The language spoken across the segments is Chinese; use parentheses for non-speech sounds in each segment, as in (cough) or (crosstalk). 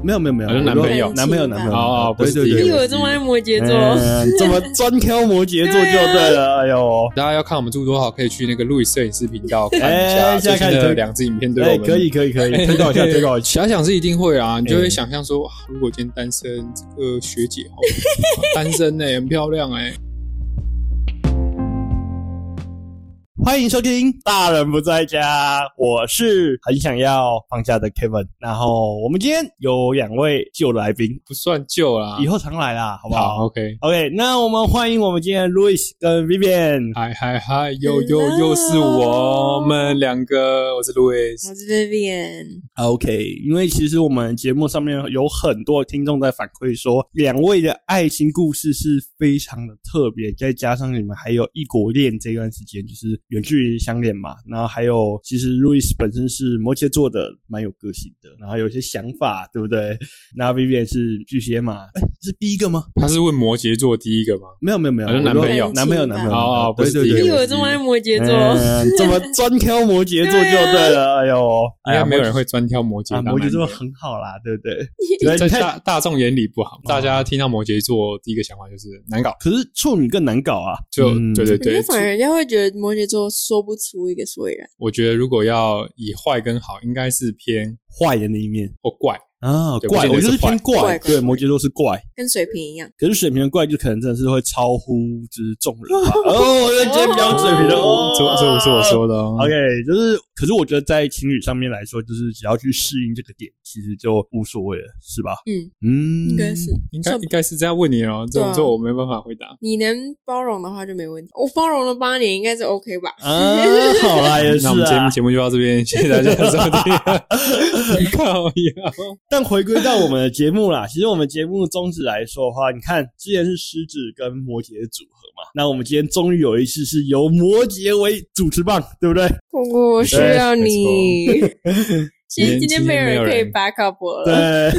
没有没有没有，好像我男说朋友男朋友男朋友，哦不对是对自己对人对你以为我这么爱摩羯座？嗯怎么专挑摩羯座就对了？哎呦，大家要看我们住多好，可以去那个路易摄影师频道看一哎下最现在新开始的推两支影片，对我哎，们可以可以可以，推广一下推广一下。想想是一定会啊，你就哎会想象说，啊如果今天单身，这个学姐哦，单身呢、很漂亮哎、欢迎收听《大人不在家》，我是很想要放假的 Kevin。然后我们今天有两位旧来宾，不算旧啦。以后常来啦，好不好好，OK， ？OK，那我们欢迎我们今天的 Louis 跟 Vivian。嗨嗨嗨，又又又是我们两个，我是 Louis，我是 Vivian， OK，因为其实我们节目上面有很多听众在反馈说，两位的爱情故事是非常的特别，再加上你们还有异国恋这段时间，就是远距离相恋嘛，然后还有其实 Louis 本身是摩羯座的，蛮有个性的，然后有一些想法，对不对？那 Vivian 是巨蟹嘛，哎，是第一个吗？他是问摩羯座第一个吗？没有没有没有，好像我说男朋友男朋友男朋友，哦哦不对是对第一你个对以为我这么爱摩羯座？嗯怎么专挑摩羯座就对了？哎呦，应哎呀该没有人会专挑摩羯啊，当摩羯座男人很好啦，对不 (laughs) 对？在你看大大众眼里不好，大家听到摩羯座第一个想法就是难搞，可是处女更难搞啊，就嗯对对我觉对得，反而人家会觉得摩羯座说不出一个所以然。我觉得如果要以坏跟好，应该是偏坏的那一面或怪，啊，对怪，摩我羯座就是是偏坏怪，怪对，摩羯座是怪，跟水瓶一样，可是水瓶的怪就可能真的是会超乎就是众人 (laughs) 吧。哦，我在今天标水瓶的，哦，这这不是我。说的哦。 OK，就是，可是我觉得在情侣上面来说，就是只要去适应这个点，其实就无所谓了，是吧？嗯，嗯，应该是。应该应该是这样问你哦，这对种啊这我没办法回答。你能包容的话就没问题。我包容了八年，应该是 OK 吧？啊，好啦，也是那我们节目啊。节目就到这边，谢谢大家的收 (laughs) 听。靠呀，但回归到我们的节目啦， (laughs) 其实我们节目宗旨来说的话，你看之前是狮子跟摩羯的组合嘛，那我们今天终于有一次是由摩羯为主持棒，对不对？姑姑，我需要你。 (laughs) (laughs) 其今天实今天没有没有人可以人 back up 我对，了。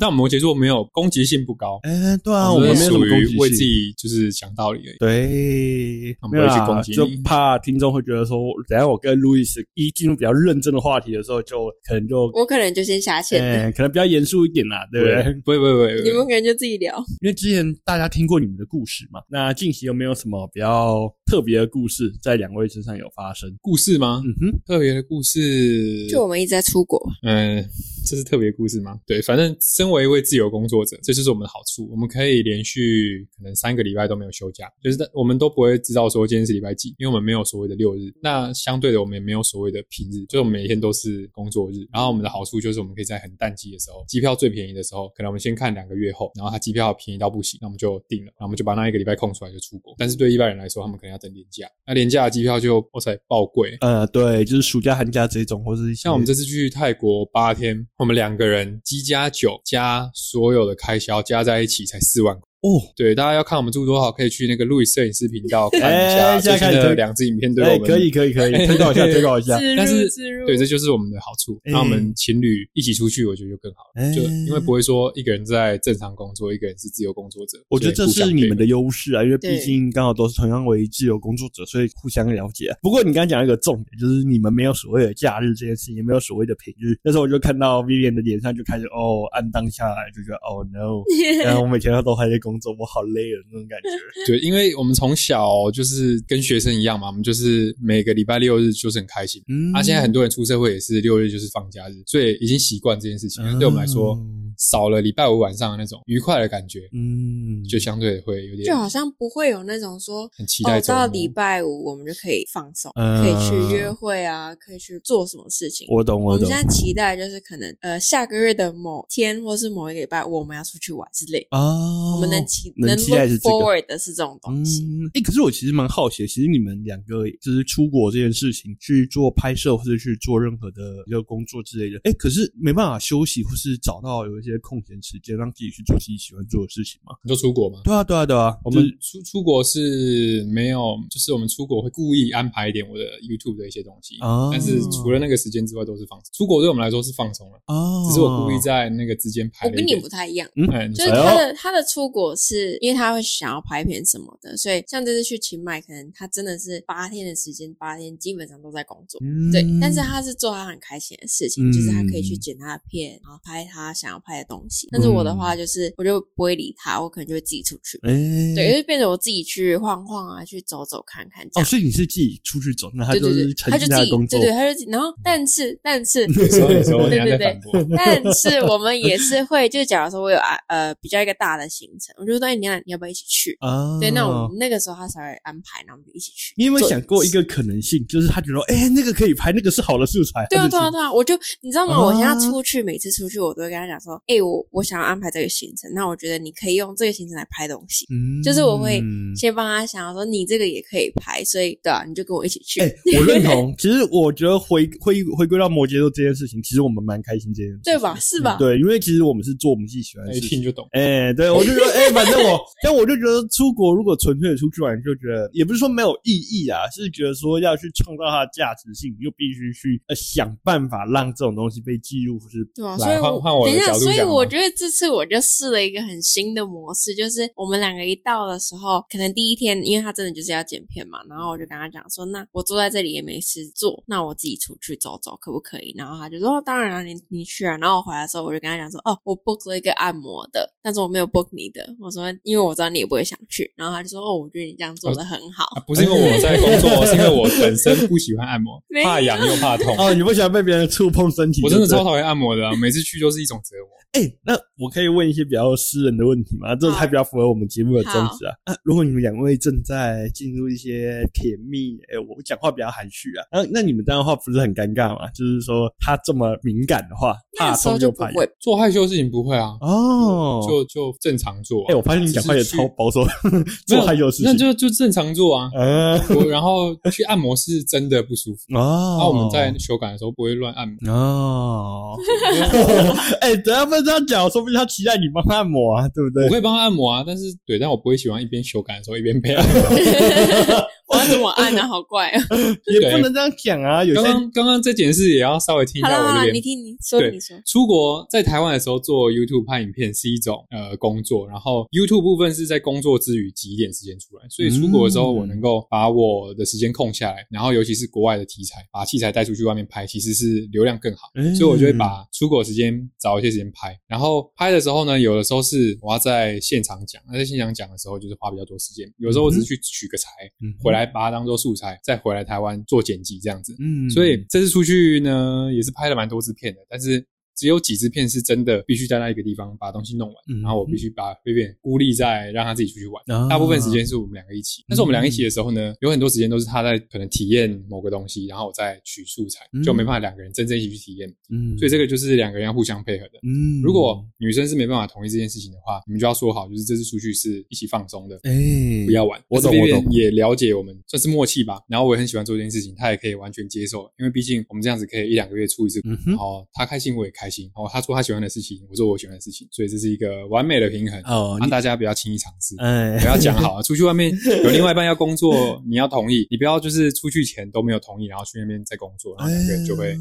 但摩羯座没有攻击性不高，呃哎，对啊，我我们们没有什属么攻于为击性，自己就是讲道理而已。对，我没们有不会去啦，攻击你就怕听众会觉得说，等一下我跟路易斯一进入比较认真的话题的时候，就可能就，我可能就先下线哎了，嗯，可能比较严肃一点啦，对不对？不会不会不会你不们会，可能就自己聊。因为之前大家听过你们的故事嘛，那近期有没有什么比较特别的故事在两位身上有发生？故事吗？嗯哼，特别的故事，就我们一直在出国，嗯，这是特别故事吗？对，反正身为一位自由工作者，这就是我们的好处，我们可以连续可能三个礼拜都没有休假，就是在我们都不会知道说今天是礼拜几，因为我们没有所谓的六日。那相对的，我们也没有所谓的平日，就是我们每天都是工作日。然后我们的好处就是我们可以在很淡季的时候，机票最便宜的时候，可能我们先看两个月后，然后它机票便宜到不行，那我们就定了，然后我们就把那一个礼拜空出来就出国。但是对一般人来说，他们可能要等年假，那年假的机票就哇塞爆贵，呃，对，就是暑假、寒假这种，或是像我们这次去泰国八天，我们两个人机加酒加所有的开销加在一起才四万块。哦，对，大家要看我们住多好，可以去那个路易摄影师频道看一哎现在下最开新始的两支影片，对哎、我们可以可以可以，推广一下，推广一下，自但入是自入。对， (laughs) 这就是我们的好处。那我们情侣一起出去，我觉得就更好，哎就因为不会说一个人在正常工作，一个人是自由工作者。我觉得这所以是互相你们配的优势啊，因为毕对竟刚好都是同样为自由工作者，所以互相了解啊、不过你刚刚讲一个重点，就是你们没有所谓的假日这件事情，也没有所谓的平日。那时候我就看到 Vivian 的脸上就开始哦暗淡下来，就觉得哦 (laughs) no，然后我每天都还在工作，我好累了那种感觉。 (laughs) 合对，因为我们从小就是跟学生一样嘛，我们就是每个礼拜六日就是很开心，嗯啊，现在很多人出社会也是六日就是放假日，所以已经习惯这件事情。嗯对我们来说，少了礼拜五晚上的那种愉快的感觉，嗯，就相对会有就点好像不会有那种说很期哦待，周末。到礼拜五我们就可以放松，嗯可以去约会啊，可以去做什么事情。我懂我我们懂现。在期待就是可能呃下个月的某天或是某一个礼拜我们要出去玩之类的。啊，我们能期能期 look 待是这个。 forward 的是这种东西。嗯，哎、可是我其实蛮好奇的，其实你们两个就是出国这件事情，去做拍摄或者去做任何的一个工作之类的，哎、可是没办法休息或是找到有一些空闲时间，让自己去做自己喜欢做的事情嘛？你说出国吗？对啊，对啊，对啊，我就是们出出国是没有，就是我们出国会故意安排一点我的 YouTube 的一些东西，哦但是除了那个时间之外都是放松。出国对我们来说是放松了，哦，只是我故意在那个之间排我了跟一你点不。太一样，嗯哎，你就说是哎呦他的他的出国是因为他会想要拍片什么的，所以像这次去清迈，可能他真的是八天的时间，八天基本上都在工作。嗯对，但是他是做他很开心的事情，嗯嗯就是他可以去剪他的片，然后拍他想要拍拍的东西。但是我的话就是，我就不会理他，我可能就会自己出去。哎、对，就变成我自己去晃晃啊，去走走看看哦，这样。所以你是自己出去走，那他对就对是对，沉他就浸自在己工，作嗯对。对，他就自己然后，但是 (laughs) 但是，有时候有时候人 (laughs) 对家在对对反，驳，但是我们也是会，就是假如说我有啊呃比较一个大的行程，我就说哎，你要你要不要一起去？啊，对，那我们那个时候他才会安排，然后我们就一起去。你有没有做想过一？个可能性，就是他觉得，哎、那个可以拍，那个是好的素材。对啊，或者对啊，是对啊，我就你知道吗？啊我现在出去，每次出去我都会跟他讲说，哎，我我想要安排这个行程，那我觉得你可以用这个行程来拍东西。嗯就是我会先帮他想说，你这个也可以拍，所以对啊，你就跟我一起去。哎、 (laughs) 我认同。其实我觉得回回回归到摩羯座这件事情，其实我们蛮开心这件事情对吧？？是吧？对，因为其实我们是做我们自己喜欢那的一事听情。就懂。哎、对，我就说，哎、反正我， (laughs) 但我就觉得出国如果纯粹的出去玩，就觉得也不是说没有意义啊，是觉得说要去创造它的价值性，你就必须去呃想办法让这种东西被记录，或是对啊，来所以换换我的等一下，角度所以讲我嘛觉得这次我就试了一个很新的模式，就是我们两个一到的时候，可能第一天，因为他真的就是要剪片嘛，然后我就跟他讲说，那我坐在这里也没事做，那我自己出去走走可不可以？然后他就说，哦、当然了、你你去啊。然后我回来的时候，我就跟他讲说，哦，我 book 了一个按摩的，但是我没有 book 你的，我说因为我知道你也不会想去。然后他就说，哦，我觉得你这样做的很好。啊，不是因为我在工 (laughs) 作，是因为我本身不喜欢按摩没，有怕痒又怕痛。哦，你不喜欢被别人触碰身体，我真的对不对超讨厌按摩的、啊，每次去都是一种折磨。哎、那我可以问一些比较私人的问题吗？这才比较符合我们节目的宗旨啊。那、如果你们两位正在进入一些甜蜜，哎、我讲话比较含蓄啊，那、那你们这样的话不是很尴尬吗？就是说他这么敏感的话，那怕个时候痛就又不怕痒会，做害羞的事情不会啊，哦。就就正常做、啊。哎、我发现你讲话也超保守， (laughs) 没有做害羞的事那情。就就正常做啊。嗯我 (laughs) 然后去按摩是真的不舒服，哦那、我们在修改的时候不会乱按摩。哦，哎、等一下不是这样讲，说不定他期待你帮他按摩啊，对不对我？会帮他按摩啊，但是对，但我不会喜欢一边修改的时候一边 (laughs) 被按摩。我要怎么按呢、好怪哦！也不能这样讲啊，有刚些刚刚刚这件事也要稍微 (laughs) 听一好下我啦，这你边。听你说，对你说。出国在台湾的时候做 YouTube 拍影片是一种呃工作，然后 YouTube 部分是在工作之余挤一点时间出来，所以出国的时候嗯我能够把我的时间空下来，然后尤其是国外的题材，把器材带出去外面拍，其实是流量更好，嗯所以我就会把出国时间找一些时间拍，然后拍的时候呢，有的时候是我要在现场讲，那在现场讲的时候就是花比较多时间，有时候我只是去取个材，嗯回来把它当做素材，再回来台湾做剪辑这样子，嗯所以这次出去呢，也是拍了蛮多支片的，但是只有几支片是真的必须待在一个地方把东西弄完，嗯然后我必须把菲菲孤立在让他自己出去玩。啊嗯大部分时间是我们两个一起，但是我们两个一起的时候呢，有很多时间都是他在可能体验某个东西，然后我再取素材，嗯就没办法两个人真正一起去体验。嗯所以这个就是两个人要互相配合的。嗯如果女生是没办法同意这件事情的话，你们就要说好，就是这次出去是一起放松的，哎、不要玩。我但懂是我 Vivian 懂也了解我们算是默契吧。然后我也很喜欢做这件事情，他也可以完全接受，因为毕竟我们这样子可以一两个月出一次国，嗯哼，然后他开心我也开心，然后他做他喜欢的事情，我做我喜欢的事情，所以这是一个完美的平衡。哦让大家不要轻易尝试。哎不要讲好啊，出去外面有另外一半要工作，你要同意，你不要就是出去前都没有同意，然后去那边再工作，然后两个哎人就会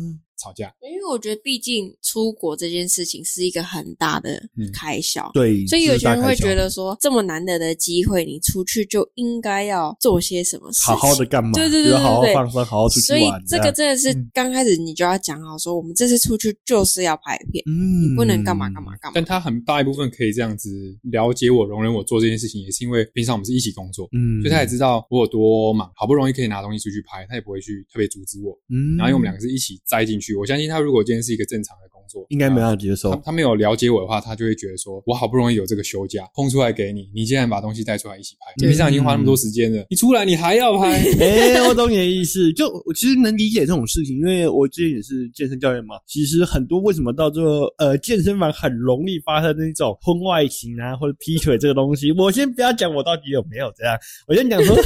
吵架。因为我觉得，毕竟出国这件事情是一个很大的嗯开销，对，所以有些人会觉得得说，这么难得的机会，你出去就应该要做些什么事好情，好的干嘛，对对对就是好好对对对放松，好好出去所以玩，啊这个真的是嗯刚开始你就要讲好，说我们这次出去就是要拍片，嗯你不能干嘛干嘛，干嘛但。他很大一部分可以这样子了解我、容忍我做这件事情，也是因为平常我们是一起工作，嗯，所以他也知道我有多忙，好不容易可以拿东西出去拍，他也不会去特别阻止我。嗯，然后因为我们两个是一起栽进去，我相信他如果今天是一个正常的工作，应该没呃办法接受他，他没有了解我的话，他就会觉得说，我好不容易有这个休假空出来给你，你竟然把东西带出来一起拍，你对平常已经花那么多时间了，你出来你还要拍， (laughs) 哎、我懂你的意思。就我其实能理解这种事情，因为我之前也是健身教练嘛。其实很多为什么到最后，呃，健身房很容易发生那种婚外情啊，或者劈腿这个东西。我先不要讲我到底有没有这样，我先讲说。 (laughs)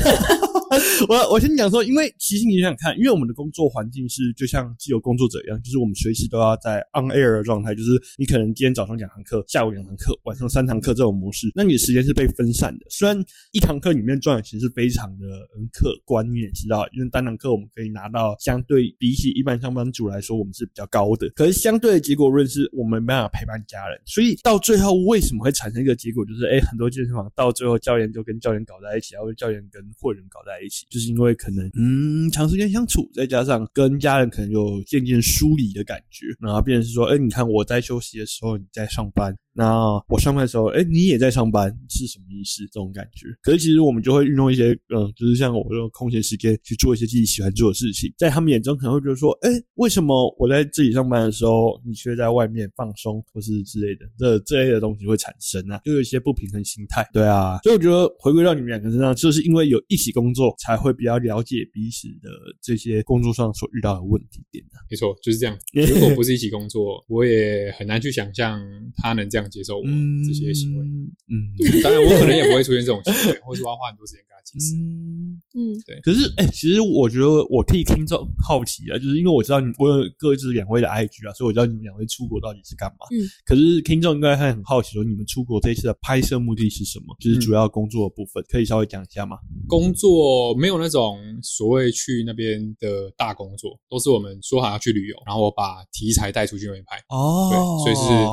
我我先讲说，因为其实你想想看，因为我们的工作环境是就像自由工作者一样，就是我们随时都要在 on air 的状态，就是你可能今天早上两堂课，下午两堂课，晚上三堂课这种模式，那你的时间是被分散的。虽然一堂课里面赚的钱是非常的嗯客观，你也知道，因为单堂课我们可以拿到相对比起一般上班族来说，我们是比较高的。可是相对的结果论是我们没办法陪伴家人，所以到最后为什么会产生一个结果，就是哎，诶很多健身房到最后教练就跟教练搞在一起，然后教练跟会员搞在一起。一起，就是因为可能嗯长时间相处，再加上跟家人可能有渐渐疏离的感觉，然后变成是说，哎、你看我在休息的时候你在上班，那我上班的时候，哎、你也在上班，是什么意思？这种感觉。可是其实我们就会运用一些，嗯，就是像我用空闲时间去做一些自己喜欢做的事情，在他们眼中可能会觉得说，哎、为什么我在自己上班的时候，你却在外面放松，或是之类的，这这类的东西会产生啊，就有一些不平衡心态。对啊，所以我觉得回归到你们两个身上，就是因为有一起工作，才会比较了解彼此的这些工作上所遇到的问题点啊。没错，就是这样。如果不是一起工作，我也很难去想象他能这样接受我这些行为。嗯，当然，我可能也不会出现这种行为，或是我要花很多时间跟他解释。嗯。嗯，可是，哎、其实我觉得我替听众好奇啊，就是因为我知道你我有各自两位的 IG 啊，所以我知道你们两位出国到底是干嘛。嗯。可是听众应该还很好奇，说你们出国这一次的拍摄目的是什么？就是主要工作的部分，可以稍微讲一下吗？工作没有那种所谓去那边的大工作，都是我们说好要去旅游，然后我把题材带出去那边拍。哦对，所以是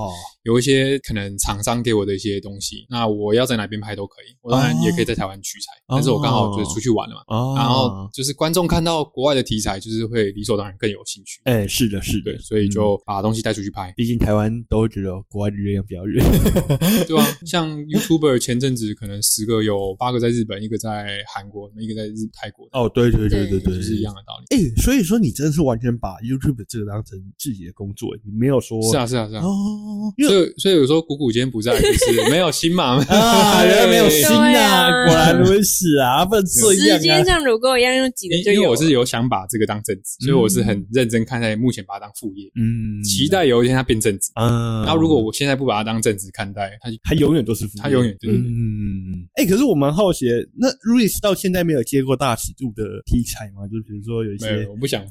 有一些可能厂商给我的一些东西，那我要在哪边拍都可以，我当然也可以在台湾取材，哦但是我刚好就是出去玩了嘛，哦，然后就是观众看到国外的题材，就是会理所当然更有兴趣，哎、是的，是的，对，所以就把东西带出去拍，毕竟台湾都会觉得国外的月亮比较 (laughs) 圆。嗯对啊， (laughs) 像 YouTuber 前阵子可能十个有八个在日本，一个在韩国，一个在日泰国，哦，对对对对对对，就是一样。的道理。哎、所以说你真的是完全把 YouTube 这个当成自己的工作，你没有说是啊，是啊，是啊。哦，因为所以，所以有时候谷谷今天不在， (laughs) 就是没有心嘛。啊，原来没有心对啊，啊果然如此啊，不能这时样间啊。像如果一样用挤的因就因为有我了。是有想把这个当正职，所以我是很认真看待目前把它当副业，嗯期待有一天它变正职。嗯，然后如果我现在不把它当正职看待，它就他永远都是负面，他永远对对对嗯，哎、可是我蛮好奇的，那 Louis 到现在没有接过大尺度的题材吗？就比如说有一没些有，我不想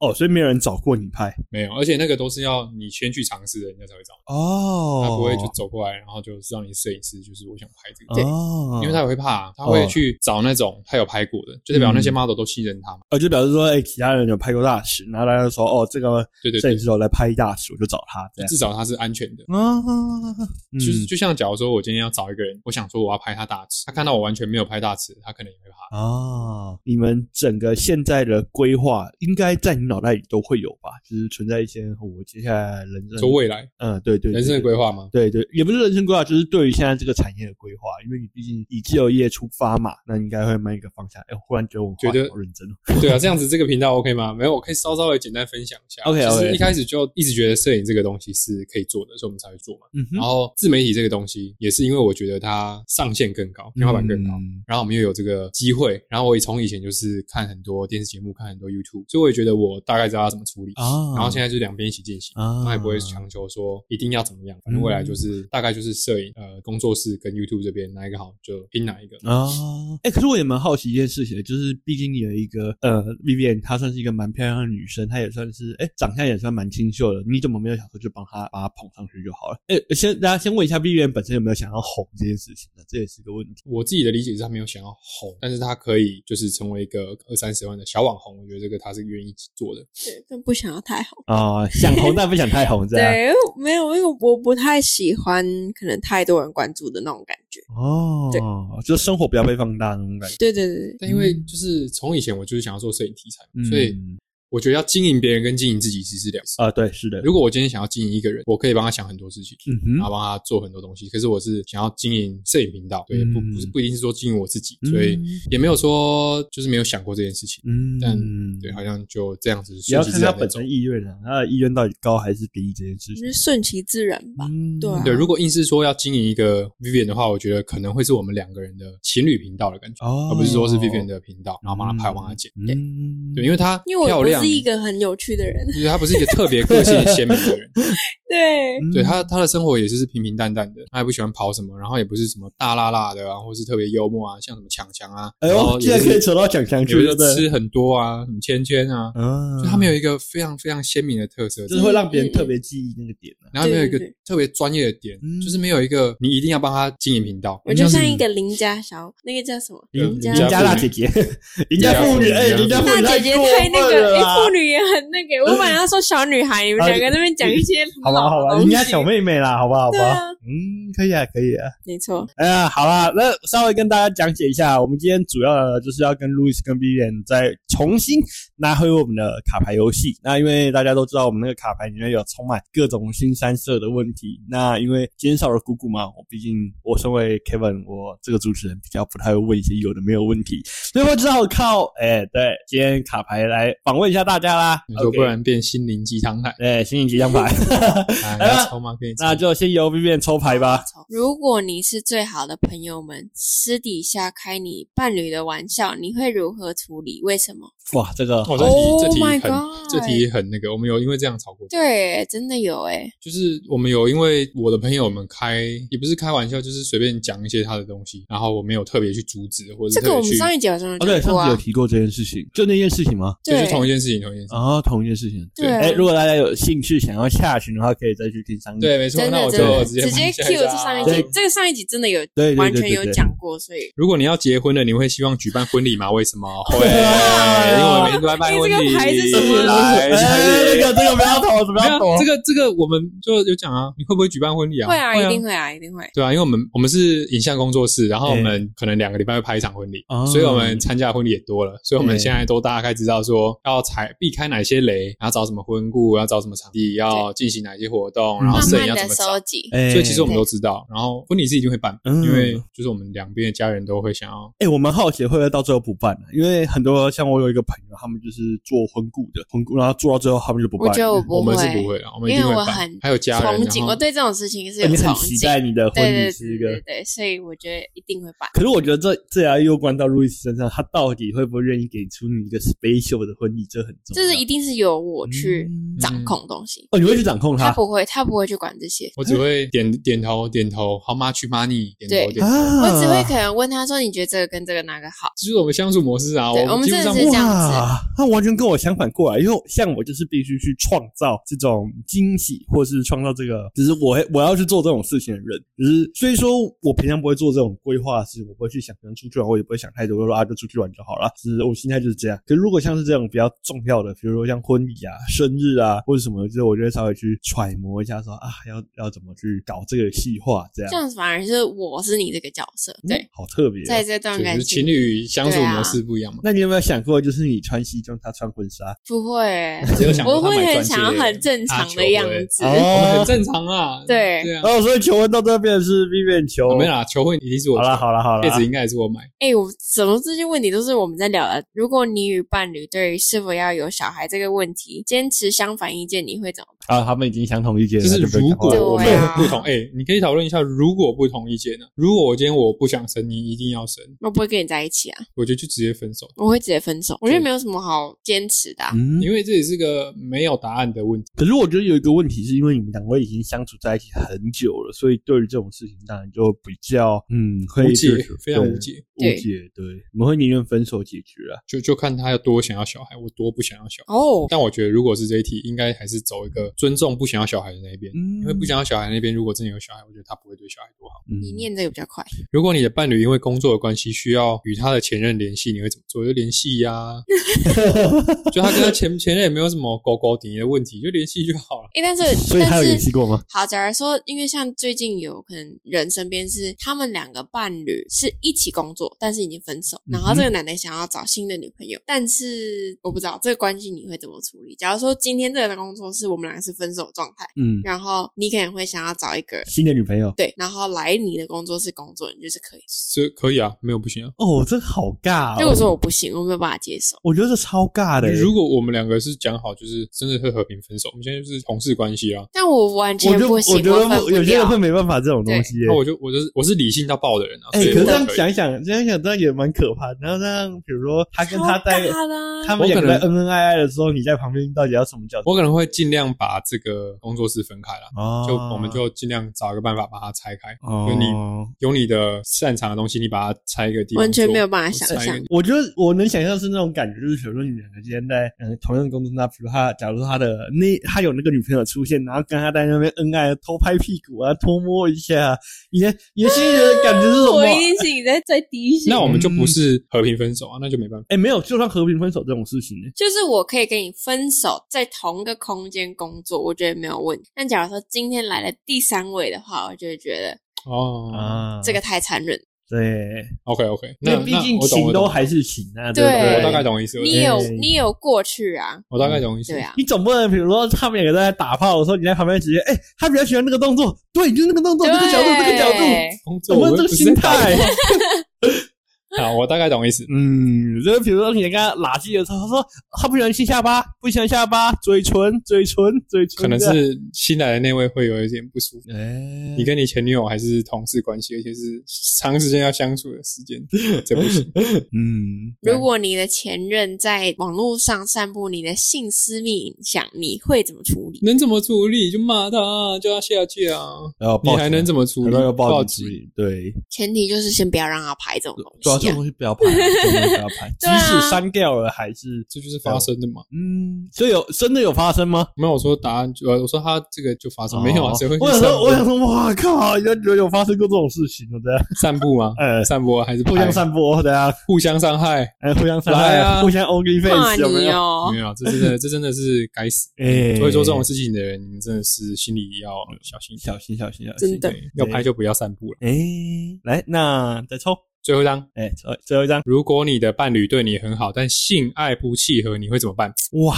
哦，所以没有人找过你拍没有，而且那个都是要你先去尝试的，人家才会找你，哦他不会就走过来，然后就是让你摄影师，就是我想拍这个，哦，因为他也会怕，他会去找那种他有拍过的，就代表那些嗯 model 都信任他嘛。哦就表示说，哎、其他人有拍过大尺，然后大家就说哦，这个对对摄对影，师有来拍大尺，我就找他这样至少他是安全的。啊，就是就像假如说我今天要找一个人，我想说我要拍他大尺，他看到我完全没有拍大尺，他可能也会怕。哦，你们整个现在的规划，应该在你脑袋里都会有吧？就是存在一些哦我接下来人生，说未来嗯，对对，对人生的规，划吗？对对，也不是人生规划，就是对于现在这个产业的规划，因为你毕竟以自由业出发嘛，那应该会慢一个方向。哎，忽然觉得我们话觉得好认真哦，对啊，这样子这个频道 OK 吗？没有，我可以稍稍的简单分享一下。 OK，OK 就是一开始就一直觉得摄影这个东西是可以做的，所以我们才会做嘛。嗯哼然后自媒体这个东西也是因为我觉得它上限更高，天花板更高。嗯然后我们又有这个机会，然后我也从以前就是看很多电视节目，看很多 YouTube，所以我也觉得我大概知道要怎么处理。啊，然后现在就两边一起进行，啊，他也不会强求说一定要怎么样，反正未来嗯就是大概就是摄影呃工作室跟 YouTube 这边哪一个好就拼哪一个。啊，哎、可是我也蛮好奇一件事情的，就是毕竟有一个呃，Vivian，她算是一个蛮漂亮的女生，她也算是哎、长相也算蛮清秀的，你怎么没有想说就帮她把她捧上去就好了？哎、先大家先问一下 Vivian 本身有没有想要红这件事情呢？这也是个问题。我自己的理解是他没有想要红，但是他可以就是成为一个二三十万的小网红，我觉得这个他是愿意做的。对但不想要太红。啊、想红但不想太红，这样。对，因为没有，因为我不太喜欢可能太多人关注的那种感觉。对哦，就生活不要被放大那种感觉。对对对对，但因为就是从以前我就是想要做摄影题材，嗯所以我觉得要经营别人跟经营自己其实是两回事。啊、对，是的。如果我今天想要经营一个人，我可以帮他想很多事情，嗯然哼，后帮他做很多东西。可是我是想要经营摄影频道，对，嗯不不是不一定是说经营我自己，嗯所以也没有说就是没有想过这件事情。嗯，但对，好像就这样子也要顺看其她自然地本走身。意愿啊，她的意愿到底高还是低这件事情就。是顺其自然吧。嗯对啊对，如果硬是说要经营一个 Vivian 的话，我觉得可能会是我们两个人的情侣频道的感觉，哦而不是说是 Vivian 的频道，然后帮他拍，嗯帮他剪。嗯，对，因为她因为漂我不亮是，一个很有趣的人， (laughs) 就是她不是一个特别个性鲜明 (laughs) 的人，对，嗯对她她的生活也就是平平淡淡的，她也不喜欢跑什么，然后也不是什么大辣辣的啊，或是特别幽默啊，像什么强强啊，哎然后呦，也竟然是可以扯到讲强也去，不对是不对？吃很多啊，什么芊芊啊，嗯就他们有一个非常非常鲜明的特色，就是会让别人特别记忆那个点呢、然后没有一个对对对特别专业的点嗯，就是没有一个你一定要帮他经营频道，我就像是一个邻家小，那个叫什么对邻邻家家大妇姐姐，女 (laughs) 邻家妇女，哎，邻邻家家妇妇女女大姐姐过太那分个哎了啊啦妇。女也很那个。我本来要说小女孩，你们两个在那边讲一些好吧，好吧，人家小妹，妹妹啦，好吧，好吧，对啊嗯，可以啊，可以啊。没错，哎呀，好啦，那稍微跟大家讲解一下，我们今天主要的就是要跟路易斯跟 B 点再重新拿回我们的卡牌游戏。那因为大家都知道，我们那个卡牌里面有充满各种新三色的问题。那因为今天少了姑姑嘛，我毕竟我身为 Kevin，我这个主持人比较不太会问一些有的没有问题，所以我只好靠哎、对今天卡牌来访问一下大家啦。你说 OK 不然变心灵鸡 (laughs) 汤派，哎，心灵鸡汤牌， (laughs) 啊，你来吧要抽吗？给你抽哎那就先由 B 点抽牌吧。如果你是最好的朋友们，私底下开你伴侣的玩笑，你会如何处理？为什么？哇，这个哦， Oh 这题这题 my 很 God 这题很那个，我们有因为这样吵过架。对，真的有哎诶、就是我们有因为我的朋友们开，也不是开玩笑，就是随便讲一些他的东西，然后我没有特别去阻止，或者这是个特我别们去，上一集好像有哦，对，讲上过次有啊，提过这件事情，就那件事情吗？就是同一对，嗯件事情，同一件事情。哦，同一件事情。对哎、如果大家有兴趣想要下群的话，可以再去听上一集。对，没错。真那我的就真的直接直接翻下一 Q 下这上一嗯集对，这个上一集真的有对对对完全有对对讲过，所以如果你要结婚了，你会希望举办婚礼吗？为什么？会，因啊为我每天都在办婚你礼。这个牌是什么来，哎来这个这个不要投，不没要有啊投这。个这个，我们就有讲啊，你会不会举办婚礼啊？会啊，一定会。会啊，一定会。对啊，因为我们我们是影像工作室，然后我对们可能两个礼拜会拍一场婚礼哦，所以我们参加的婚礼也多了，所以我们对现在都大概知道说要踩避开哪些雷，然后找什么婚顾，要找什么场地，要进行哪些活动，嗯然后慢摄影慢要怎的么收找。集，哎所以其实我们都知道，然后婚礼是一定会办，嗯因为就是我们两边的家人都会想要哎、我蛮好奇会不会到最后不办呢、因为很多像我有一个朋友，他们就是做婚顾的，婚顾，然后做到最后他们就不办我了。觉得我不我们是不会，会的，啊我们一因定为会我办很。还有家人，憧然憬，后我对这种事情是有哎你很憧期憬待，你的婚对礼对是一对个。对对，所以我觉得一定会办。可是我觉得这这也要又关到路易斯身上，他到底会不会愿意给出你一个 special 的婚礼，这很重要。就是一定是由我去嗯掌控东西，哦，你会去掌控他他不会，他不会去管这些。我只会点 (laughs) 点头点头，How much money？点头对点头，啊我只会可能问他说：“你觉得这个跟这个哪个好这就是我们相处模式啊。对我们基本上真的是这样哇，那完全跟我相反过来，因为像我就是必须去创造这种惊喜，或是创造这个，就是我会我要去做这种事情的人。只是所以说我平常不会做这种规划的事情，我不会去想可能出去玩，我也不会想太多，我就说啊就出去玩就好了。只是我心态就是这样。可是如果像是这种比较重要的，比如说像婚礼啊、生日啊或者什么，就是我就会稍微去揣摩一下说啊要要怎么去搞这个细化这？”样。这样反而是我是你这个角色，嗯对，，好特别哦、在这段对，就感是情情侣相处模式不一样嘛。那你有没有想过，就是你穿西装，他穿婚纱？不会，只有想啊我过他会买很钻戒想要很正常的样子他。求婚我哦们很正常啊。 (laughs) 对对啊， (laughs) 哦哦，所以求婚到这边是避免求。没啦，求婚一定是我好啦，好啦，好啦。戒指应该也是我买。哎、我怎么这些问题都是我们在聊的？如果你与伴侣对于是否要有小孩这个问题坚持相反意见，你会怎么办？啊，他们已经相同意见了，就是那不要如讲话果了对我们啊不同，哎，你可以讨论一下，如果不同意见呢？如果我今天我不想生，你一定要生，我不会跟你在一起啊，我觉得就直接分手，我会直接分手。我觉得没有什么好坚持的、啊。嗯，因为这也是个没有答案的问题。可是我觉得有一个问题，是因为你们两位已经相处在一起很久了，所以对于这种事情，当然就比较嗯，会无解就是，非常对无解。无对解，对，我们会宁愿分手解决啊。就就看他有多想要小孩，我多不想要小孩。哦，但我觉得，如果是这一题，应该还是走一个尊重不想要小孩的那一边，嗯因为不想要小孩那边，如果真的有小孩，我觉得他不会对小孩多好。嗯你念这个比较快。如果你的伴侣因为工作的关系需要与他的前任联系，你会怎么做？就联系呀、 (laughs) 就他跟他前前任也没有什么勾勾底的问题，就联系就好了。哎、但是所以他有但联系是过吗？好，假如说，因为像最近有可能人身边是他们两个伴侣是一起工作，但是已经分手，然嗯后这个男的想要找新的女朋友，但是我不知道这个关系你会怎么处理。假如说今天这个工作室我们两个是分手状态，嗯，然后你可能会想要找一个新的女朋友。对，然后来你的工作室工作，你就是可以。这可以啊，没有不行啊。哦，这好尬、哦。就我说我不行，我没有办法接受。我觉得这超尬的、如果我们两个是讲好，就是真的会和平分手，我们现在就是同事关系啊。但我完欸我全就不我觉行，得分不会有些人了会没办法这种东西、欸那。我就我就是我是理性到爆的人啊。哎、所以可是我这样以想一想，这样想这样也蛮可怕的。然后这样，比如说他跟超他在尬的啊他们两个在恩恩爱爱的时候，你在旁边到底要什么角色？我可能会尽量把这个工作室分开啦，哦就我们就尽量找一个办法把它拆开。哦就你有你的擅长的东西，你把它拆一个地方做，完全没有办法我拆想一象个我觉得我能想象呃是那种感觉，就是比如说你们两个今天在嗯同样的工作，那比如他假如说他的那他有那个女朋朋友出现，然后跟他在那边呃恩爱，偷拍屁股啊，偷摸一下，你的你的心里的感觉是什么 (laughs) 我？一定是你在最低线。那我们就嗯不是和平分手啊，那就没办法。哎、没有，就算和平分手这种事情、欸，就是我可以跟你分手，在同一个空间工作，我觉得没有问题。但假如说今天来了第三位的话，我就会觉得哦啊，这个太残忍。对， ，OK OK，因那为毕竟那我懂情我都懂，还是情啊，对不我对？大概懂意思，我你懂有对你有过去啊，我大概懂意思。对 (laughs) 啊，你总不能比如说他们两个在打炮的时候，你在旁边直接，哎、他比较喜欢那个动作，对，就是那个动作，这个角度，这个角度，对工作怎么我这又个不是心在打态？ (laughs) 好，我大概懂意思。嗯，就是比如说你跟他拉近的时候，他说他不喜欢亲下巴，不喜欢下巴，嘴唇，嘴唇，嘴唇，可能这样是新来的那位会有一点不舒服。哎、你跟你前女友还是同事关系，而且是长时间要相处的时间，这不 (laughs) 行。嗯，如果你的前任在网络上散布你的性私密影像，你会怎么处理？能怎么处理就骂他啊，叫他下架啊。然后你还能怎么处理？要报报警处警。理？对，前提就是先不要让他拍这种主要东这西、种啊。东西不要拍，真的不要拍，即对啊使删掉了，还是这就是发生的嘛？嗯，所以有真的有发生吗？没有，我说答案，呃，我说他这个就发生，没有啊？哦谁会去我想散说，步我想说，哇靠，原来有发生过这种事情，对不对？散步 (laughs) 吗？呃散步啊还是互相拍散播，对啊，互相伤害？哎，互相伤害来啊互相 only 骂 face 有没你有？哦没，有啊，这真的，这真的是 (laughs) 该死。哎所以说这种事情的人，你们真的是心里要小心一点小心小心小心，真的对，要拍就不要散步了。哎，来，那再抽，最后一张，哎，抽最后一张，如果你的伴侣对你很好，但性爱不契合，你会怎么办？哇，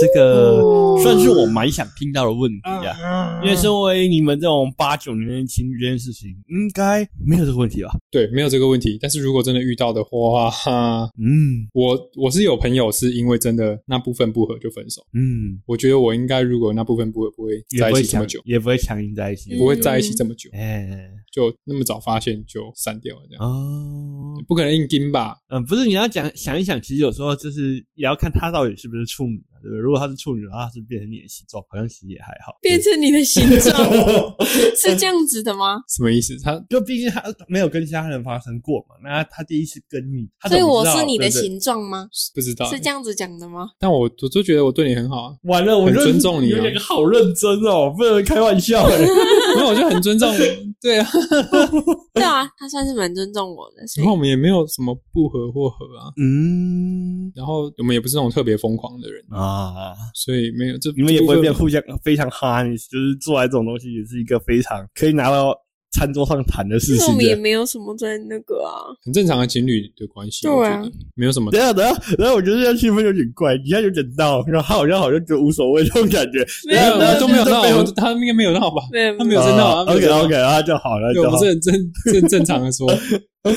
这个哦算是我蛮想听到的问题啊。啊嗯因为身为你们这种八九年的情侣这件事情，应该没有这个问题吧？对，没有这个问题。但是如果真的遇到的话，哈，嗯我我是有朋友是因为真的那部分不合就分手。嗯，我觉得我应该如果那部分不合，不会也在不会嗯一起这强么久，，也不会强硬在一起。不会在一起这么久，嗯哎、就那么早发现就散掉了这样。哦，不可能硬盯吧？嗯，不是，你要讲想一想，其实有时候就是也要看他到底是不是处女啊，对不对？如果他是处女的话，他是变成你的形状，好像其实也还好。变成你的形 (laughs) 状是这样子的吗？什么意思？他就毕竟他没有跟其他人发生过嘛，那他第一次跟你， (laughs) 他所怎以么我知道是你的。对不啊对形状吗？不知道欸，是这样子讲的吗？但我我就觉得我对你很好啊，完了，我很就尊重你啊们两个好认真哦，不能开玩笑 (laughs) 哎、没有，我就很尊重你。对啊，对啊，他算是蛮尊重我的，所然后我以们也没有什么不合或合啊，嗯然后我们也不是那种特别疯狂的人，啊，所以没有这你们也不会变这部互相非常哈，你就是做来这种东西也是一个非常可以拿到餐桌上谈的事其实我情们也的。没有什么在那个啊分，很正常的情侣的关系，对啊我觉得没有什么等一下，等一下，等一下，我觉得这样气氛有点怪，一下有点闹，然后他好像好像觉得无所谓这种感觉。没没有，有我没们有都没有闹，没有我们他应该没有闹吧？没有他没有在闹啊没有在 OK 闹 OK，啊就好了，对，我就好们是很 (laughs) 正正正常的说，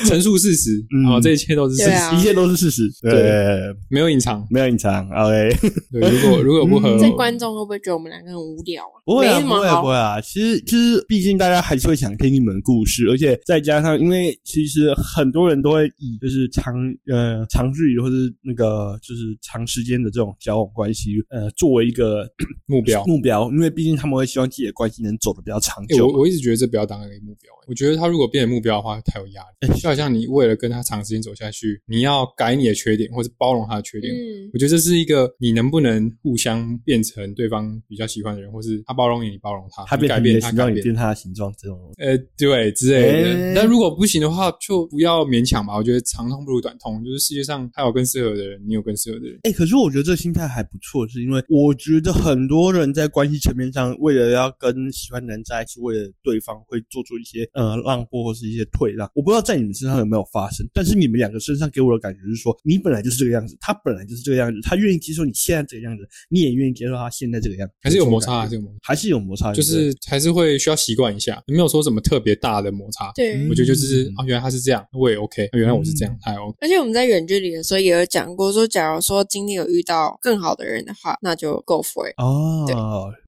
陈述事实嗯啊，这一切都是事对实，啊一切都是事实，对对，没有隐藏。没有隐藏。OK，对，如果如果有不合嗯，在观众会不会觉得我们两个很无聊啊？不会啊，没什不么会啊，好不会啊。其实，就是毕竟大家还是会想听你们的故事，而且再加上，因为其实很多人都会以就是长呃长距离或是那个就是长时间的这种交往关系，呃，作为一个目标目标，因为毕竟他们会希望自己的关系能走得比较长欸久我嘛。我一直觉得这不要当一个目标、欸我觉得他如果变成目标的话，太有压哎力。就好像你为了跟他长时间走下去，你要改你的缺点，或者包容他的缺点。嗯，我觉得这是一个你能不能互相变成对方比较喜欢的人，或是他包容你，你包容他，他你变啊改成你变的他形改状，你变变。他的形状，这种呃，对之类的欸，但如果不行的话，就不要勉强吧。我觉得长痛不如短痛，就是世界上还有更适合的人，你有更适合的人。哎、可是我觉得这心态还不错，是因为我觉得很多人在关系层面上，为了要跟喜欢的人在一起，为了对方会做出一些呃让步或是一些退让。我不知道在你们身上有没有发生，但是你们两个身上给我的感觉是说，你本来就是这个样子，他本来就是这个样子，他愿意接受你现在这个样子，你也愿意接受他现在这个样子，还是有摩这种擦，啊感还觉是有摩擦，还是有摩擦，就对啊不对是还是会需要习惯一下。没有说什么特别大的摩擦，对。嗯我觉得就是嗯啊，原来他是这样，我也 OK，原来啊我是这样嗯，他也 OK。而且我们在远距离的时候也有讲过，说假如说今天有遇到更好的人的话，那就 go for it。哦，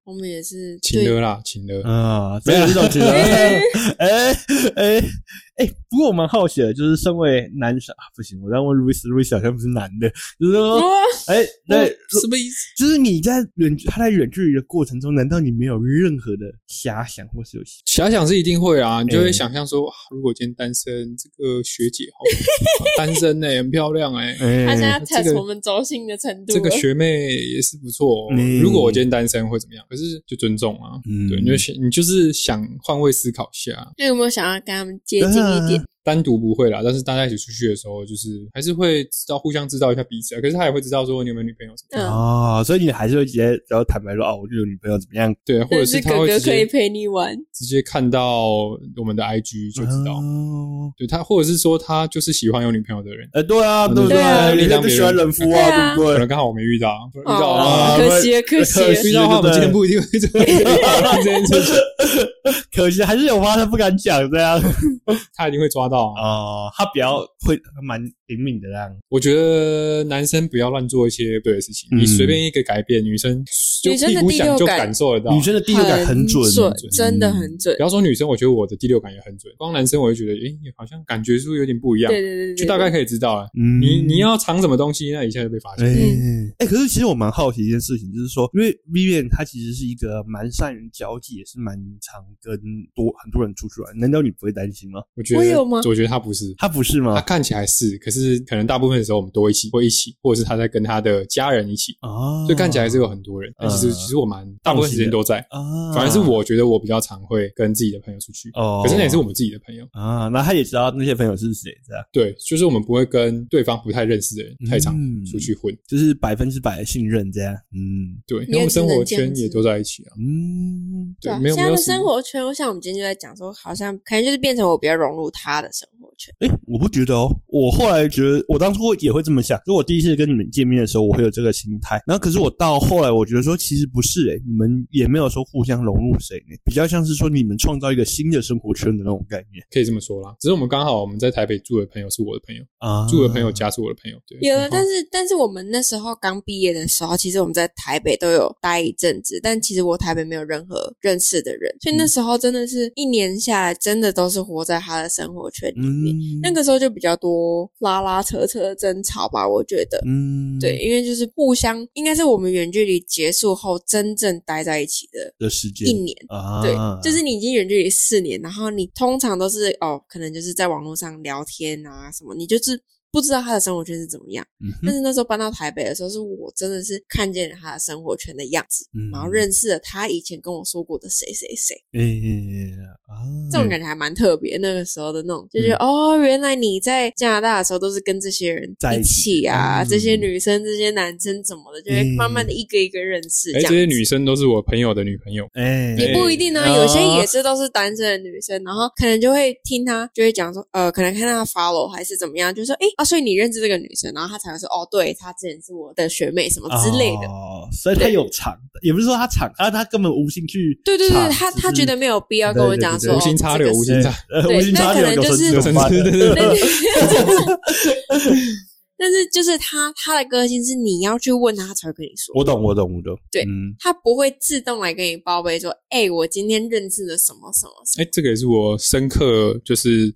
我们也是情对了啦，情了。啊，没有这种 (laughs) 情况。哎哎哎哎！不过我蛮好奇的，就是身为男生啊，不行，我在问路易斯，路易斯好像不是男的，就是说，嗯哎、那什么意思？就是你在远他在远距离的过程中，难道你没有任何的遐想或是有想遐想是一定会啊，你就哎会想象说，哇如果今天单身，这个学姐好好单身呢、很漂亮哎、 (laughs) 嗯他现在这个 test 我们轴心的程度这了，个学妹也是不错、哦嗯。如果我今天单身会怎么样？可是就尊重啊，嗯对，你就想，你就是想换位思考一下。那有没有想要跟他们接近一点？单独不会啦，但是大家一起出去的时候，就是还是会知道互相知道一下彼此啊。可是他也会知道说你有没有女朋友什么的，嗯，哦，所以你还是会直接只要坦白说哦，我就有女朋友怎么样？对， (laughs) 或者但是是他哥会哥直可以接陪你玩，直接看到我们的 IG 就知道。哦对他，或者是说他就是喜欢有女朋友的人，呃，对啊，对不对啊你就不喜欢人夫对啊啊，对不可对？能刚好我没遇到，遇到的啊话哦，不可然惜了，可 (laughs) 可惜惜遇到了。的话，我们对今天不一定会这么这件事情， (laughs) 可惜还是有话他不敢讲这样。他一定会抓到啊。哦，他比较会蛮灵敏的这样。我觉得男生不要乱做一些不对的事情，嗯你随便一个改变，女生就女生屁的股第六想就感感受得到。女生的第六感很准，准嗯，真的很准不。要说女生，我觉得我的第六感也很准，光男生我就觉得，诶、好像感觉是不是有点不一样对，对对对，就大概可以知道了。啊嗯你你要藏什么东西，那一下就被发哎、现。嗯哎可是其实我蛮好奇一件事情，就是说，因为 Vivian 她其实是一个蛮善于交际，也是蛮常跟多很多人出去玩。难道你不会担心吗？我觉得我有吗我觉得他不是，她不是他吗？看起来是，可是可能大部分的时候我们都一起，或一起，或者是他在跟他的家人一起，啊，所以看起来是有很多人，但其嗯实其实我蛮大部分时间都在。啊，反而是我觉得我比较常会跟自己的朋友出去，哦可是那也是我们自己的朋友，啊，那她也知道那些朋友是谁，这样对，就是我们不会跟对方不太认识的人嗯太常出去混，就是百分之百的信任，这样，嗯对，因你为我也们只能生活这样圈子也都在一起啊，嗯，对对啊，没有现没在有的什生么，活圈，我想我们今天就在讲说，好像可能就是变成我比较融入他的生活圈。哎、我不觉得哦，我后来觉得，我当初也会这么想。就我第一次跟你们见面的时候，我会有这个心态。然后，可是我到后来，我觉得说，其实不是诶、你们也没有说互相融入谁呢，比较像是说你们创造一个新的生活圈的那种概念可以这么说啦。只是我们刚好我们在台北住的朋友是我的朋友，啊住的朋友家是我的朋友，对，有了，但是是但是我们那时候刚毕业的时候，其实我们在台北都有待一阵子，但其实我台北没有任何认识的人，所以嗯那时候真的是一年下来，真的都是活在他的生活圈里面。嗯，那个时候就比较多拉拉扯扯的争吵吧，我觉得。嗯，对，因为就是互相，应该是我们远距离结束后真正待在一起的的时间一年。啊，对，就是你已经远距离四年，然后你通常都是哦，可能就是在网络上聊天啊什么，你就是不知道他的生活圈是怎么样。嗯哼但是那时候搬到台北的时候，是我真的是看见了他的生活圈的样子，嗯然后认识了他以前跟我说过的谁谁谁，诶、啊，这种感觉还蛮特别。那个时候的那种，就觉得、嗯哦，原来你在加拿大的时候都是跟这些人在一一起起啊，嗯这些女生、这些男生怎么的，就会慢慢的一个一个认识。哎，这这样些子女生都是我朋友的女朋友，哎、也也不一定呢，哎有些也是都是单身的女生，然后可能就会听她就会讲说，呃，可能看到她 follow 还是怎么样，就说，哎啊，所以你认识这个女生，然后她才会说，哦，对，她之前是我的学妹什么之类的。哦，所以他有藏，也不是说他藏，他他根本无心去藏，对对对，她她觉得。得没有必要跟我讲对说哦无心插柳，无心。心插，呃， (laughs) 对无心那插可柳能有就是神有神对对对对对，对但是就是她她的个性是你要去问她，她才会跟你说。 (laughs) 我懂，我懂，我懂。对嗯，她不会自动来跟你报备说，哎、我今天认识了什么什么什么。哎，这个也是我深刻就是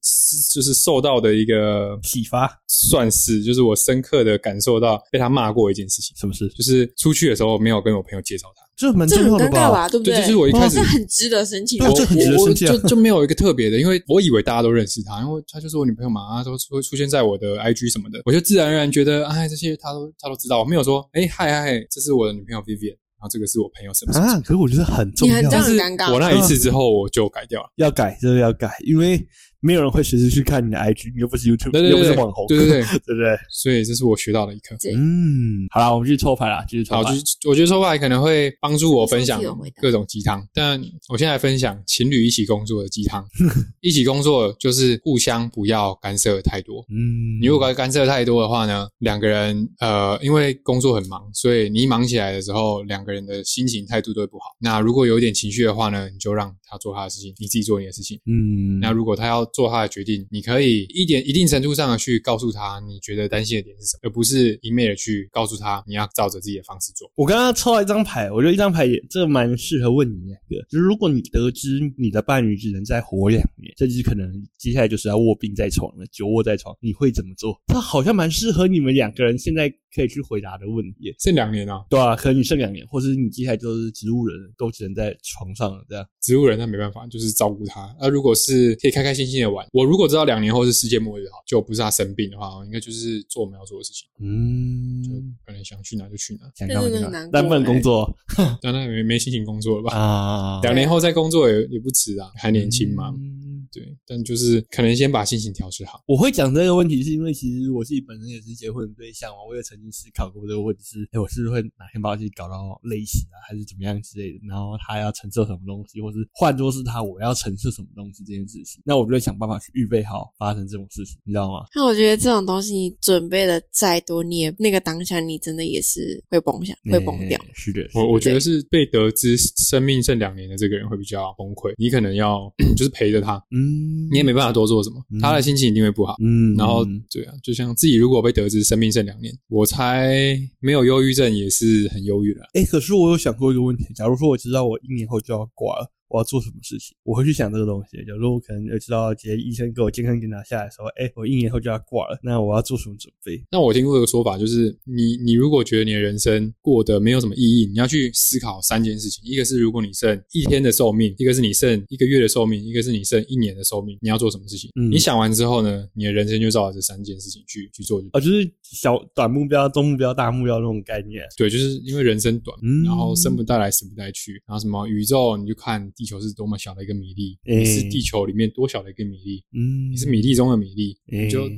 就是受到的一个启发算是，就是我深刻的感受到被他骂过一件事情，什么事？就是出去的时候没有跟我朋友介绍他，这蛮这重很要尴的尬吧，对不对，对，就是我一开始这很值得生气。对啊这很值得哦我生我气啊 (laughs) 就就没有一个特别的，因为我以为大家都认识他，因为他就是我女朋友嘛，她都会出现在我的 IG 什么的，我就自然而然觉得，哎，这些他都他都知道，我没有说，哎，嗨嗨，嗨，这是我的女朋友 Vivian，然后这个是我朋友什么什么。啊！可是我觉得很重要，你很这但样是很尴尬我那一次之后我就改 (laughs) 掉了，要改，真的要改，因为没有人会随时去看你的 IG，你又不是 YouTube，对对又不对是对网红，对对对， (laughs) 对不对？所以这是我学到的一课。对嗯，好啦，我们去抽牌啦，继续抽好，牌就。是我觉得说话可能会帮助我分上享次有回答各种鸡汤，但我现在分享情侣一起工作的鸡 (laughs) 汤。一起工作就是互相不要干涉太多，嗯，你如果干涉太多的话呢，两个人呃，因为工作很忙，所以你一忙起来的时候，两个人的心情态度都会不好。那如果有一点情绪的话呢，你就让他做他的事情，你自己做你的事情。嗯，那如果他要做他的决定，你可以一点一定程度上的去告诉他你觉得担心的点是什么，而不是一昧的去告诉他你要照着自己的方式做。我刚刚抽到一张牌，我觉得一张牌也这蛮适合问你们两个，就是如果你得知你的伴侣只能再活两年，甚至可能接下来就是要卧病在床了，久卧在床，你会怎么做？它好像蛮适合你们两个人现在可以去回答的问题。剩两年啊，对啊，可能你剩两年，或是你接下来就是植物人，都只能在床上了，这样。植物人那没办法，就是照顾他。那、如果是可以开开心心的玩，我如果知道两年后是世界末日，好，就不是他生病的话，哦我应该就是做我们要做的事情，就嗯，可能想去哪就去哪，想干嘛这真的就很干嘛难过但不能哎欸工作当然没没心情工作了吧？啊，两年后再工作也也不迟啊，还 (laughs) 年轻嘛。嗯对，但就是可能先把心情调试好。我会讲这个问题，是因为其实我自己本身也是结婚的对象嘛，我也曾经思考过这个问题是，哎、我是不是会哪天把自己搞到累死啊，还是怎么样之类的？然后他要承受什么东西，或是换作是他，我要承受什么东西这件事情，那我就会想办法去预备好发生这种事情，你知道吗？那我觉得这种东西，你准备的再多，你也那个当下，你真的也是会崩下，会崩掉。哎是的，我我觉得是被得知生命剩两年的这个人会比较崩溃，你可能要 (clears throat) 就是陪着他，嗯，你也没办法多做什么嗯，他的心情一定会不好。嗯，然后对啊，就像自己如果被得知生命剩两年，我猜没有忧郁症也是很忧郁的啊。哎、可是我有想过一个问题，假如说我知道我一年后就要挂了，我要做什么事情？我会去想这个东西。假如我可能知道，今天医生给我健康检查下来说，哎、我一年后就要挂了，那我要做什么准备？那我听过一个说法，就是你你如果觉得你的人生过得没有什么意义，你要去思考三件事情：一个是如果你剩一天的寿命，一个是你剩一个月的寿命，一个是你剩一年的寿命，你要做什么事情？嗯你想完之后呢，你的人生就照着这三件事情去去做就啊，就是小短目标、中目标、大目标那种概念。对，就是因为人生短，嗯然后生不带来，死不带去，然后什么宇宙，你就看地球是多么小的一个米粒，诶你是地球里面多小的一个米粒，嗯，你是米粒中的米粒，诶你就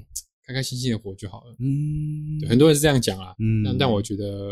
开开心心的活就好了。嗯，对，很多人是这样讲啦，嗯但但我觉得，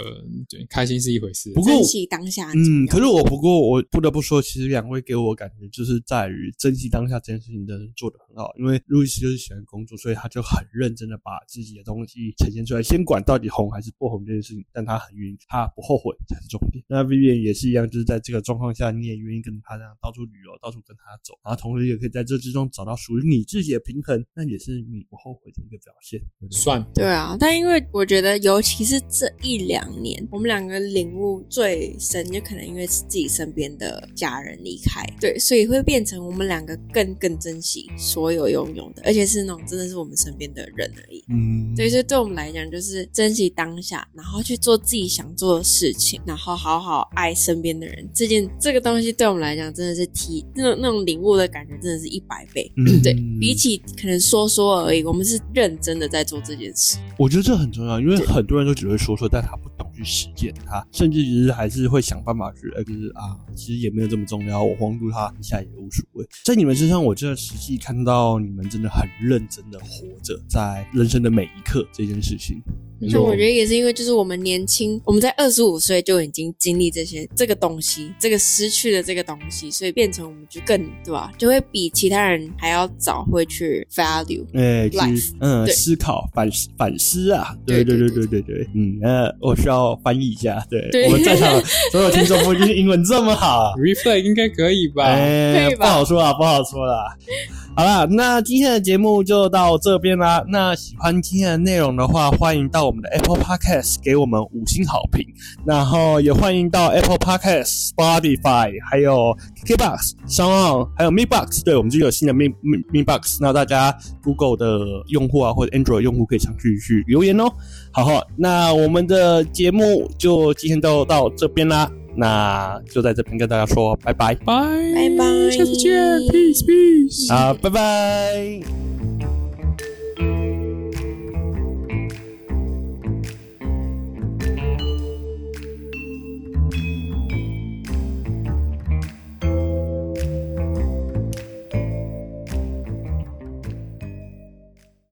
对，开心是一回事，不过珍惜当下很重嗯，要可是我不过我不得不说，其实两位给我感觉就是在于珍惜当下这件事情真的做得很好。因为路易斯就是喜欢工作，所以他就很认真的把自己的东西呈现出来，先管到底红还是不红这件事情，但他很愿意，他不后悔才是重点。那 Vivian 也是一样，就是在这个状况下，你也愿意跟他这样到处旅游，到处跟他走，然后同时也可以在这之中找到属于你自己的平衡，那也是你不后悔的一个表现。对不对算对啊，但因为我觉得，尤其是这一两年，我们两个领悟最深，就可能因为是自己身边的家人离开，对，所以会变成我们两个更更珍惜所有拥有的，而且是那种真的是我们身边的人而已。嗯，对，所以对我们来讲，就是珍惜当下，然后去做自己想做的事情，然后好好爱身边的人。这件这个东西对我们来讲，真的是提那种那种领悟的感觉，真的是一百倍。嗯对，比起可能说说而已，我们是认真的在做这件事。我觉得这很重要，因为很多人都只会说说，但他不懂去实践它，甚至其实还是会想办法去，呃，就是啊，其实也没有这么重要，我荒度它一下也无所谓。在你们身上，我真的实际看到你们真的很认真的活着，在人生的每一刻这件事情。没那错。我觉得也是因为，就是我们年轻，我们在二十五岁就已经经历这些这个东西，这个失去的这个东西，所以变成我们就更对吧，就会比其他人还要早会去 value。哎、去 Life，嗯，对思考反思反思啊，对对对对对对对对，嗯，那我需要翻译一下，对，对我们在场所有听众不一定英文这么好， reflect 应该可以吧？哎、可以不吧好说啦，不好说啦。 (laughs) 好啦，那今天的节目就到这边啦。那喜欢今天的内容的话，欢迎到我们的 Apple Podcast 给我们五星好评，然后也欢迎到 Apple Podcast、Spotify 还有 KKBox、s o n 还有 Mi Box，对我们就有新的 Mi Mi, Mi Box。那大家 Google 的用户啊，或者 Android 用户可以尝试去留言哦。好，那我们的节目就今天就到这边啦。那就在这边跟大家说拜拜。拜拜拜 Uh, 下次见，peace peace。好，拜拜。